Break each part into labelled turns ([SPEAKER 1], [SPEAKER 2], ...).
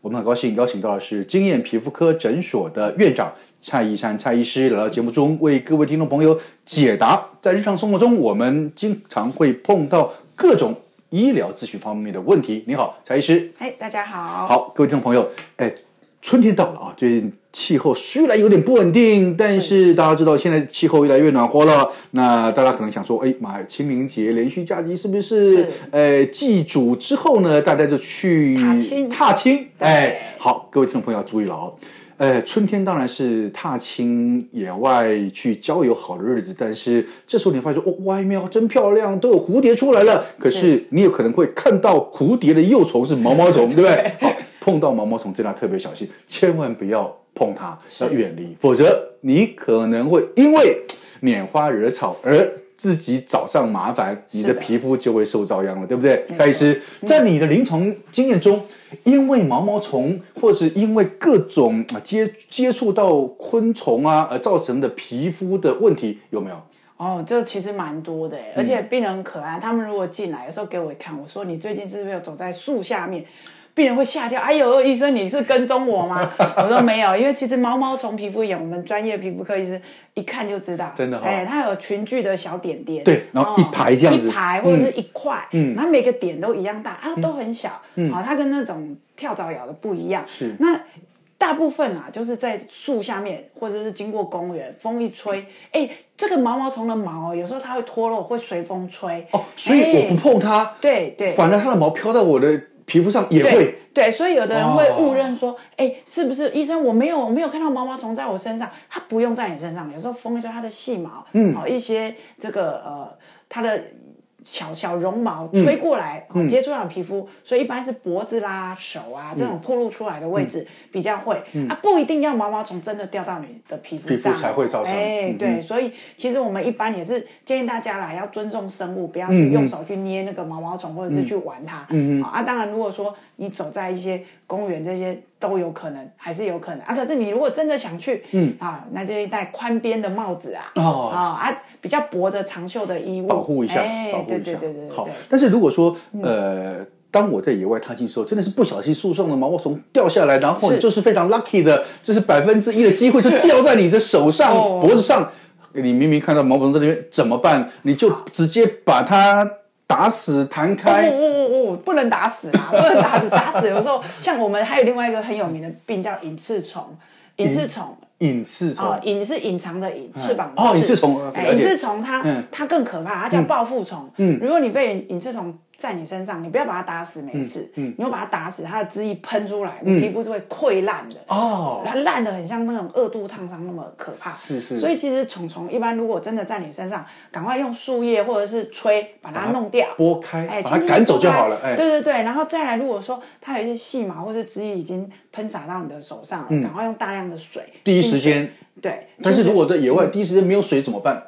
[SPEAKER 1] 我们很高兴邀请到的是经验皮肤科诊所的院长蔡依山蔡医师来到节目中，为各位听众朋友解答在日常生活中我们经常会碰到各种医疗咨询方面的问题。你好，蔡医师。
[SPEAKER 2] 哎，大家好。
[SPEAKER 1] 好，各位听众朋友，哎，春天到了啊，最近气候虽然有点不稳定，但是大家知道现在气候越来越暖和了，那大家可能想说，哎妈，呀，清明节连续假期是不是
[SPEAKER 2] 是？
[SPEAKER 1] 呃，祭祖之后呢，大家就去
[SPEAKER 2] 踏青
[SPEAKER 1] 踏青，
[SPEAKER 2] 对
[SPEAKER 1] 哎，好，各位听众朋友要注意了哦。呃，春天当然是踏青野外去郊游好的日子，但是这时候你发现哦，外面真漂亮，都有蝴蝶出来了。可是你有可能会看到蝴蝶的幼虫是毛毛虫，对不对？好，碰到毛毛虫真的要特别小心，千万不要碰它，
[SPEAKER 2] 是
[SPEAKER 1] 要远离，否则你可能会因为拈花惹草而自己找上麻烦，你的
[SPEAKER 2] 是的
[SPEAKER 1] 皮肤就会受遭殃了，对不对？
[SPEAKER 2] 没错
[SPEAKER 1] 蔡医师，在你的临床经验中，因为毛毛虫或是因为各种啊接接触到昆虫啊而造成的皮肤的问题有没有？
[SPEAKER 2] 哦，这其实蛮多的
[SPEAKER 1] 嗯
[SPEAKER 2] 耶，而且病人很可爱。他们如果进来，有时候给我看，我说你最近是不是有走在树下面？病人会吓掉，哎呦，医生你是跟踪我吗？ 我说没有，因为其实毛毛虫皮肤炎，我们专业皮肤科医生一看就知道，
[SPEAKER 1] 真的哦
[SPEAKER 2] 哎，它有群聚的小点点，哦
[SPEAKER 1] 对然后一排这样子
[SPEAKER 2] 一排或者是一块，嗯，然后每个点都一样大啊，都很小，嗯，好，它跟那种跳蚤咬的不一样，
[SPEAKER 1] 是
[SPEAKER 2] 那大部分啊，就是在树下面，或者是经过公园，风一吹，哎、这个毛毛虫的毛哦，有时候它会脱落，会随风吹。
[SPEAKER 1] 哦，所以我不
[SPEAKER 2] 哎
[SPEAKER 1] 碰它，
[SPEAKER 2] 对对
[SPEAKER 1] 反而它的毛飘到我的皮肤上也
[SPEAKER 2] 对
[SPEAKER 1] 会。
[SPEAKER 2] 对，所以有的人会
[SPEAKER 1] 哦
[SPEAKER 2] 误认说，哎、是不是医生？我没有，我没有看到毛毛虫在我身上，它不用在你身上。有时候风一吹，它的细毛，嗯，好、一些这个呃，它的小小绒毛
[SPEAKER 1] 嗯
[SPEAKER 2] 吹过来，哦、接触到皮肤，所以一般是脖子
[SPEAKER 1] 嗯
[SPEAKER 2] 啦、手啊这种暴露出来的位置比较会、啊，不一定要毛毛虫真的掉到你的皮肤
[SPEAKER 1] 皮肤
[SPEAKER 2] 上哦，
[SPEAKER 1] 才会造成
[SPEAKER 2] 哎
[SPEAKER 1] 嗯，
[SPEAKER 2] 对，所以其实我们一般也是建议大家啦，要尊重生物，不要
[SPEAKER 1] 嗯
[SPEAKER 2] 去用手去捏那个毛毛虫，或者是去玩它。嗯啊，当然，如果说你走在一些公园这些都有可能，还是有可能啊。可是你如果真的想去，嗯啊，那就戴宽边的帽子啊，
[SPEAKER 1] 哦
[SPEAKER 2] 啊啊，比较薄的长袖的衣物，
[SPEAKER 1] 保护一下，
[SPEAKER 2] 哎
[SPEAKER 1] 保护
[SPEAKER 2] 对
[SPEAKER 1] 一下。
[SPEAKER 2] 对对对对，
[SPEAKER 1] 好
[SPEAKER 2] 对，嗯
[SPEAKER 1] 但是如果说呃，当我在野外踏青的时候，真的是不小心树上的毛毛虫掉下来，然后
[SPEAKER 2] 是
[SPEAKER 1] 你就是非常 lucky 的，这是百分之一的机会就掉在你的手上、
[SPEAKER 2] 哦
[SPEAKER 1] 脖子上。你明明看到毛毛虫在那边，怎么办？你就直接把它打死、弹开。
[SPEAKER 2] 哦哦哦哦，不能打死啦，不能打死，打死有时候像我们还有另外一个很有名的病叫隐翅虫，隐翅虫。
[SPEAKER 1] 隐翅虫
[SPEAKER 2] 哦，隐是隐藏的隐，翅膀的
[SPEAKER 1] 哦
[SPEAKER 2] 翅
[SPEAKER 1] 隐翅虫了解
[SPEAKER 2] 哎，隐翅虫它
[SPEAKER 1] 嗯
[SPEAKER 2] 它更可怕，它叫报复虫。嗯，如果你被隐翅虫在你身上，你不要把它打死，没事。嗯，你要把它打死，它的汁液喷出来，你皮肤是会溃烂的。
[SPEAKER 1] 嗯哦，
[SPEAKER 2] 它烂的很像那种二度烫伤那么可怕，是
[SPEAKER 1] 是
[SPEAKER 2] 所以其实虫虫一般如果真的在你身上，赶快用树叶或者是吹把它弄掉，
[SPEAKER 1] 拨开，
[SPEAKER 2] 哎，
[SPEAKER 1] 把它
[SPEAKER 2] 轻轻
[SPEAKER 1] 赶走
[SPEAKER 2] 拨
[SPEAKER 1] 就
[SPEAKER 2] 开
[SPEAKER 1] 好了。哎，
[SPEAKER 2] 对对对，然后再来，如果说它有一些细毛或是汁液已经喷洒到你的手上了，赶快用大量的水，
[SPEAKER 1] 嗯第一
[SPEAKER 2] 清
[SPEAKER 1] 时
[SPEAKER 2] 水
[SPEAKER 1] 间。
[SPEAKER 2] 对。
[SPEAKER 1] 但是
[SPEAKER 2] 清水
[SPEAKER 1] 如果在野
[SPEAKER 2] 嗯
[SPEAKER 1] 外第一时间没有水怎么办？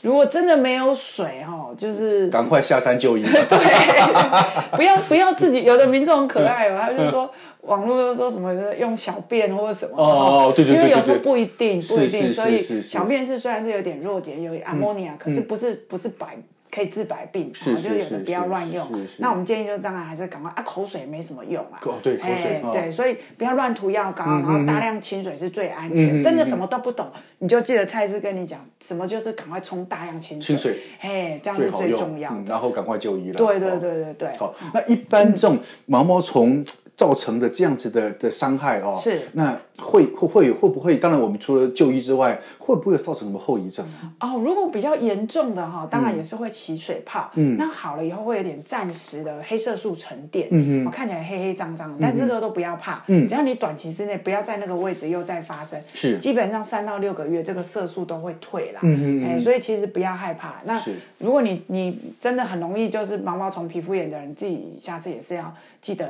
[SPEAKER 2] 如果真的没有水哈，就是
[SPEAKER 1] 赶快下山就 医。
[SPEAKER 2] 对， 不要不要自己。有的民众很可爱哦，他就说网络又说什么就是用小便或者什么
[SPEAKER 1] 哦对对对
[SPEAKER 2] 因为有
[SPEAKER 1] 对
[SPEAKER 2] 时候
[SPEAKER 1] 对
[SPEAKER 2] 不一定
[SPEAKER 1] 是
[SPEAKER 2] 不
[SPEAKER 1] 是
[SPEAKER 2] 一定，
[SPEAKER 1] 是
[SPEAKER 2] 所
[SPEAKER 1] 是
[SPEAKER 2] 以
[SPEAKER 1] 是
[SPEAKER 2] 小便是虽然是有点弱解，有 ammonia，可是不是不是百可以治百病，
[SPEAKER 1] 是
[SPEAKER 2] 哦
[SPEAKER 1] 是
[SPEAKER 2] 就有的
[SPEAKER 1] 是
[SPEAKER 2] 不要
[SPEAKER 1] 是
[SPEAKER 2] 乱用
[SPEAKER 1] 是。是
[SPEAKER 2] 那我们建议就是当然还是赶快啊，口水没什么用啊。
[SPEAKER 1] 哦对口水
[SPEAKER 2] 哎
[SPEAKER 1] 哦嗯
[SPEAKER 2] 对，所以不要乱涂药膏，然后大量清水是最安全。
[SPEAKER 1] 嗯嗯
[SPEAKER 2] 真的什么都不懂，你就记得蔡司跟你讲，什么就是赶快冲大量清水。
[SPEAKER 1] 清水，
[SPEAKER 2] 哎，这样
[SPEAKER 1] 最
[SPEAKER 2] 是
[SPEAKER 1] 好
[SPEAKER 2] 最
[SPEAKER 1] 用，
[SPEAKER 2] 重要
[SPEAKER 1] 嗯
[SPEAKER 2] 的。
[SPEAKER 1] 然后赶快就医了。
[SPEAKER 2] 对对
[SPEAKER 1] 哦
[SPEAKER 2] 对对对。
[SPEAKER 1] 好，那一般这种毛毛虫造成的这样子的的伤害哦，
[SPEAKER 2] 是
[SPEAKER 1] 那会会会有会不会？当然，我们除了就医之外，会不会有造成什么后遗症啊？
[SPEAKER 2] 哦，如果比较严重的哈，当然也是会起水泡。那好了以后会有点暂时的黑色素沉淀，嗯看起来黑黑脏脏，但这个都不要怕，只要你短期之内不要在那个位置又再发生，
[SPEAKER 1] 是
[SPEAKER 2] 基本上三到六个月这个色素都会退啦，嗯哎，所以其实不要害怕。那
[SPEAKER 1] 是
[SPEAKER 2] 如果你你真的很容易就是毛毛虫皮肤炎的人，自己下次也是要记得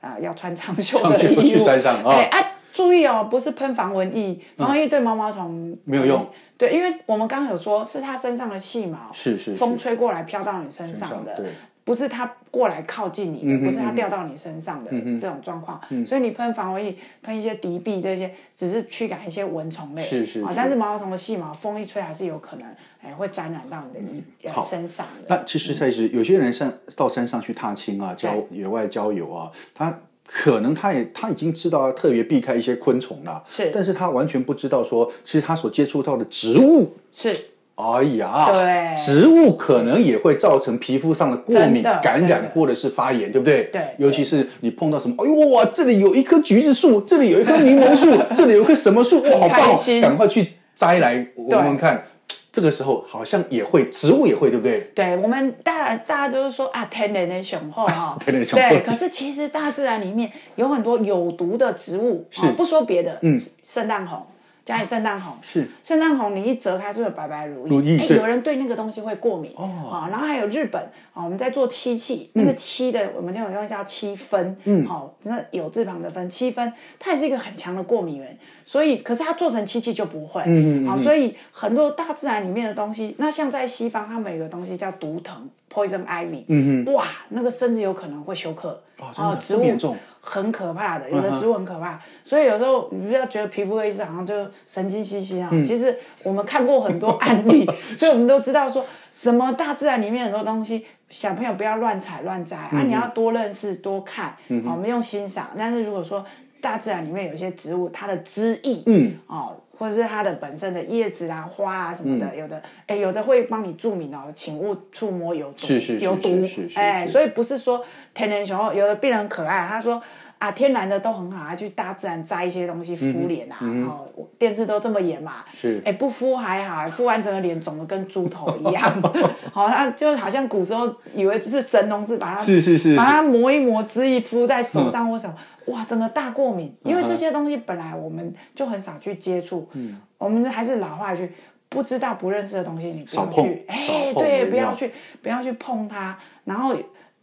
[SPEAKER 2] 啊、呃要穿长袖
[SPEAKER 1] 长
[SPEAKER 2] 的
[SPEAKER 1] 袖
[SPEAKER 2] 衣服，
[SPEAKER 1] 去山上啊
[SPEAKER 2] 对啊，注意哦，不是喷防蚊液，防蚊液对毛毛虫
[SPEAKER 1] 嗯没有用。
[SPEAKER 2] 对，因为我们刚刚有说是它身上的细毛，
[SPEAKER 1] 是是是
[SPEAKER 2] 风吹过来飘到你身上的，
[SPEAKER 1] 身上对嗯
[SPEAKER 2] 不是它过来靠近你的，不是它掉到你身上的、这种状况。所以你喷防蚊液，喷一些敌避这些，只是驱赶一些蚊虫类，
[SPEAKER 1] 是是
[SPEAKER 2] 啊
[SPEAKER 1] 是
[SPEAKER 2] 但是毛毛虫的细毛，风一吹还是有可能，哎，会沾染到你的衣、
[SPEAKER 1] 好
[SPEAKER 2] 呃身上的。
[SPEAKER 1] 那其实赛是有些人上到山上去踏青啊，郊野外郊游啊，他可能他也他已经知道要特别避开一些昆虫了，
[SPEAKER 2] 是
[SPEAKER 1] 但是他完全不知道说，其实他所接触到的植物。
[SPEAKER 2] 是
[SPEAKER 1] 哎呀，
[SPEAKER 2] 对
[SPEAKER 1] 植物可能也会造成皮肤上的过敏、
[SPEAKER 2] 真的
[SPEAKER 1] 感
[SPEAKER 2] 真
[SPEAKER 1] 染
[SPEAKER 2] 的
[SPEAKER 1] 或者是发炎，对不对？
[SPEAKER 2] 对
[SPEAKER 1] 尤其是你碰到什么，哎呦哇，这里有一棵橘子树，这里有一棵柠檬树，这里有一棵什么树，哇，好
[SPEAKER 2] 很开
[SPEAKER 1] 棒哦！
[SPEAKER 2] 心
[SPEAKER 1] 赶快去摘来闻闻看。这个时候好像也会，植物也会，对不对？
[SPEAKER 2] 对我们当然大家就是说啊，天然的雄厚哈，
[SPEAKER 1] 天然雄厚
[SPEAKER 2] 对，可是其实大自然里面有很多有毒的植物，
[SPEAKER 1] 是
[SPEAKER 2] 哦不说别的，
[SPEAKER 1] 嗯，
[SPEAKER 2] 圣诞红，家里圣诞红
[SPEAKER 1] 是
[SPEAKER 2] 圣诞红，你一折开是会白白如意。
[SPEAKER 1] 如意
[SPEAKER 2] 哎
[SPEAKER 1] 对
[SPEAKER 2] 有人对那个东西会过敏
[SPEAKER 1] 哦
[SPEAKER 2] 好、然后还有日本哦，我们在做漆器，那个漆的我们那种东西叫漆分，嗯，好、那有字旁的分，漆分，它也是一个很强的过敏源，所以可是它做成漆器就不会，嗯好、所以很多大自然里面的东西，那像在西方，他们有个东西叫毒藤 （poison ivy），嗯哇，那个甚至有可能会休克，啊
[SPEAKER 1] 哦真的
[SPEAKER 2] 植
[SPEAKER 1] 这么
[SPEAKER 2] 物
[SPEAKER 1] 严重嗯
[SPEAKER 2] 很可怕的，有的植物很可怕，所以有时候你不要觉得皮肤科医师好像就神经兮兮啊，
[SPEAKER 1] 嗯
[SPEAKER 2] 其实我们看过很多案 例，所以我们都知道说什么大自然里面很多东西，小朋友不要乱采乱摘
[SPEAKER 1] 嗯
[SPEAKER 2] 啊，你要多认识多看，啊好，我们用欣赏。但是如果说大自然里面有些植物，它的枝叶，嗯，哦。或者是它的本身的叶子啊、花啊什么的，
[SPEAKER 1] 嗯
[SPEAKER 2] 有的哎，有的会帮你注明哦，请勿触摸有毒，
[SPEAKER 1] 是是是
[SPEAKER 2] 有毒
[SPEAKER 1] 是是，是
[SPEAKER 2] 哎，
[SPEAKER 1] 是
[SPEAKER 2] 所以不是说天然熊，有的病人很可爱，他说啊，天然的都很好，他去大自然摘一些东西敷脸啊，哦，电视都这么演嘛，
[SPEAKER 1] 嗯是
[SPEAKER 2] 哎，不敷还好，敷完整个脸肿的跟猪头一样， 好，他就好像古时候以为是神农氏把它
[SPEAKER 1] 是是是
[SPEAKER 2] 把它磨一磨，汁一敷在手上或什么，
[SPEAKER 1] 嗯
[SPEAKER 2] 哇，整个大过敏，因为这些东西本来我们就很少去接触，嗯，我们还是老话一句。不知道不认识的东西，你不
[SPEAKER 1] 少
[SPEAKER 2] 要
[SPEAKER 1] 碰
[SPEAKER 2] 去，
[SPEAKER 1] 少
[SPEAKER 2] 哎，
[SPEAKER 1] 碰啊为
[SPEAKER 2] 对，不
[SPEAKER 1] 妙
[SPEAKER 2] 要去，不要去碰它。然后，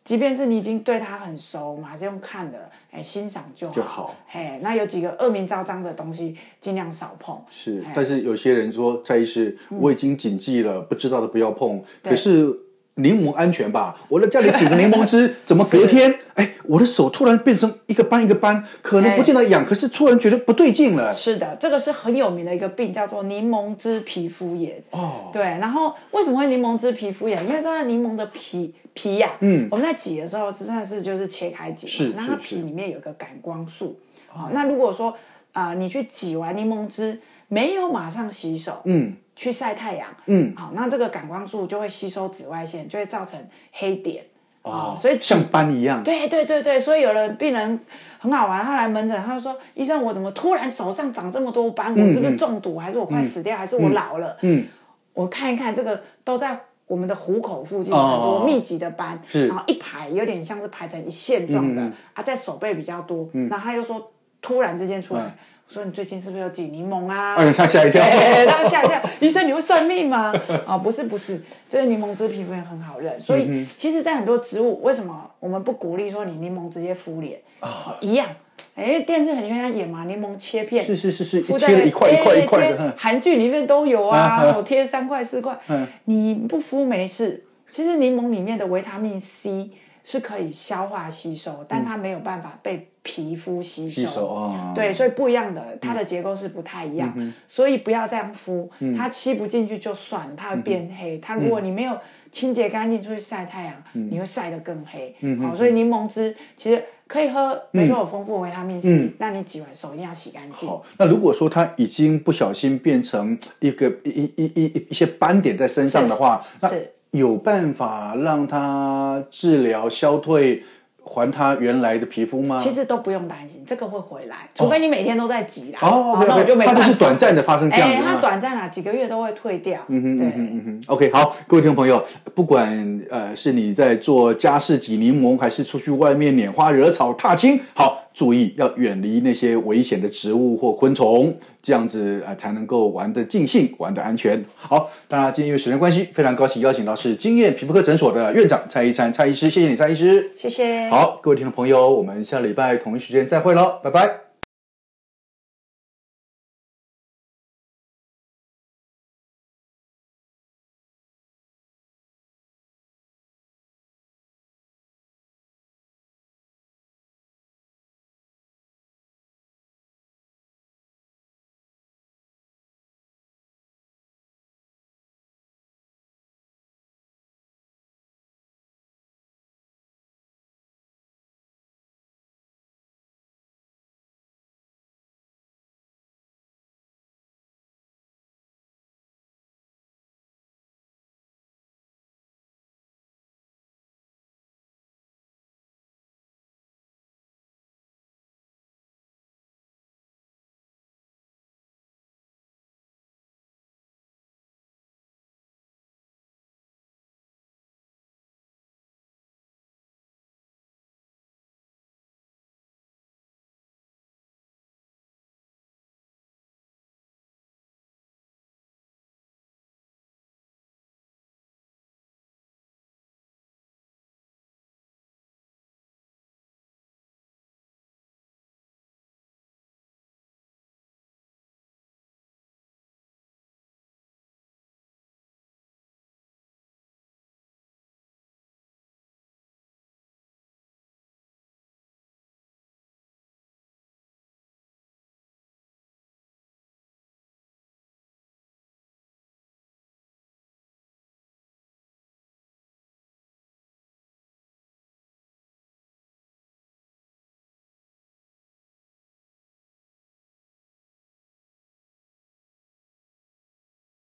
[SPEAKER 2] 即便是你已经对它很熟，我们还是用看的，哎，欣赏就好。
[SPEAKER 1] 就好
[SPEAKER 2] 哎，那有几个恶名昭彰的东西，尽量少碰。
[SPEAKER 1] 是
[SPEAKER 2] 哎，嗯
[SPEAKER 1] 但是有些人说，蔡医师，我已经谨记了，不知道的不要碰。
[SPEAKER 2] 对
[SPEAKER 1] 可是柠檬安全吧？我在家里几个柠檬汁，怎么隔 天，哎，我的手突然变成一个斑一个斑，可能
[SPEAKER 2] 哎
[SPEAKER 1] 不见得痒，可是突然觉得不对劲了。
[SPEAKER 2] 是的，这个是很有名的一个病，叫做柠檬汁皮肤炎。
[SPEAKER 1] 哦，
[SPEAKER 2] 对，然后为什么会柠檬汁皮肤炎？因为都在柠檬的皮皮呀、嗯，我们在挤的时候真的是就是切开挤嘛，
[SPEAKER 1] 是
[SPEAKER 2] 那
[SPEAKER 1] 是哦是
[SPEAKER 2] 它皮里面有一个感光素。好、那如果说啊、呃你去挤完柠檬汁，没有马上洗手，
[SPEAKER 1] 嗯，
[SPEAKER 2] 去晒太阳，
[SPEAKER 1] 嗯
[SPEAKER 2] 好、那这个感光素就会吸收紫外线，就会造成黑点。啊、
[SPEAKER 1] 哦
[SPEAKER 2] 所以
[SPEAKER 1] 像斑一样，
[SPEAKER 2] 对对对对，所以有的病人很好玩，他来门诊，他就说：“医生，我怎么突然手上长这么多斑？我是不是中毒？还是我快死掉？还是我老了？”
[SPEAKER 1] 嗯，
[SPEAKER 2] 我看一看，这个都在我们的虎口附近
[SPEAKER 1] 哦
[SPEAKER 2] 有很多密集的斑，
[SPEAKER 1] 是嗯
[SPEAKER 2] 然后一排有点像是排成一线状的、啊，在手背比较多。然后他又说，突然之间出来，
[SPEAKER 1] 嗯
[SPEAKER 2] 我说你最近是不是有挤柠檬啊？
[SPEAKER 1] 哎呀，他吓一跳。
[SPEAKER 2] 对，让他吓一跳。 医生，你会算命吗？啊、不是不是，这个柠檬汁皮肤炎很好认，所以其实，在很多植物，为什么我们不鼓励说你柠檬直接敷脸？啊、一样。哎，因为电视很喜欢演嘛，柠檬切 片，
[SPEAKER 1] 是是是是，
[SPEAKER 2] 敷
[SPEAKER 1] 切了一块一块一块
[SPEAKER 2] 哎贴
[SPEAKER 1] 的，嗯哼
[SPEAKER 2] 韩剧里面都有
[SPEAKER 1] 啊
[SPEAKER 2] 啊，
[SPEAKER 1] 啊
[SPEAKER 2] 我贴三块四块
[SPEAKER 1] 嗯，
[SPEAKER 2] 你不敷没事。其实柠檬里面的维他命 C 是可以消化吸收，但它没有办法被皮肤吸收。
[SPEAKER 1] 嗯吸收啊，，
[SPEAKER 2] 对，所以不一样的，它的结构是不太一样，
[SPEAKER 1] 嗯
[SPEAKER 2] 所以不要这样敷，它吸不进去就算了，它会变
[SPEAKER 1] 嗯
[SPEAKER 2] 黑。它如果你没有清洁干净，出去晒太阳，你会晒得更黑。
[SPEAKER 1] 嗯
[SPEAKER 2] 好，所以柠檬汁其实可以喝，没错，有丰富维他命 C，、但
[SPEAKER 1] 嗯
[SPEAKER 2] 你洗完手一定要洗干净。
[SPEAKER 1] 好，哦那如果说它已经不小心变成一个一一一一一一些斑点在身上的话，那
[SPEAKER 2] 是
[SPEAKER 1] 有办法让它治疗消退，还它原来的皮肤吗？
[SPEAKER 2] 其实都不用担心，这个会回来，除非你每天都在挤啦。
[SPEAKER 1] 哦，
[SPEAKER 2] 那我就没
[SPEAKER 1] 它
[SPEAKER 2] 办
[SPEAKER 1] 就
[SPEAKER 2] 法。
[SPEAKER 1] 是短暂的发生这样
[SPEAKER 2] 哎，
[SPEAKER 1] 子
[SPEAKER 2] 它
[SPEAKER 1] 嘛。
[SPEAKER 2] 短暂啊，几个月都会退掉。嗯对。
[SPEAKER 1] 嗯，OK，好，各位听众朋友，不管呃是你在做家事挤柠檬，还是出去外面拈花惹草踏青，好，注意要远离那些危险的植物或昆虫，这样子呃才能够玩得尽兴，玩得安全。好，当然今天因为时间关系，非常高兴邀请到是经验皮肤科诊所的院长蔡医生，蔡医师，谢谢你，蔡医师。
[SPEAKER 2] 谢谢。
[SPEAKER 1] 好，各位听众朋友，我们下礼拜同一时间再会喽，拜拜。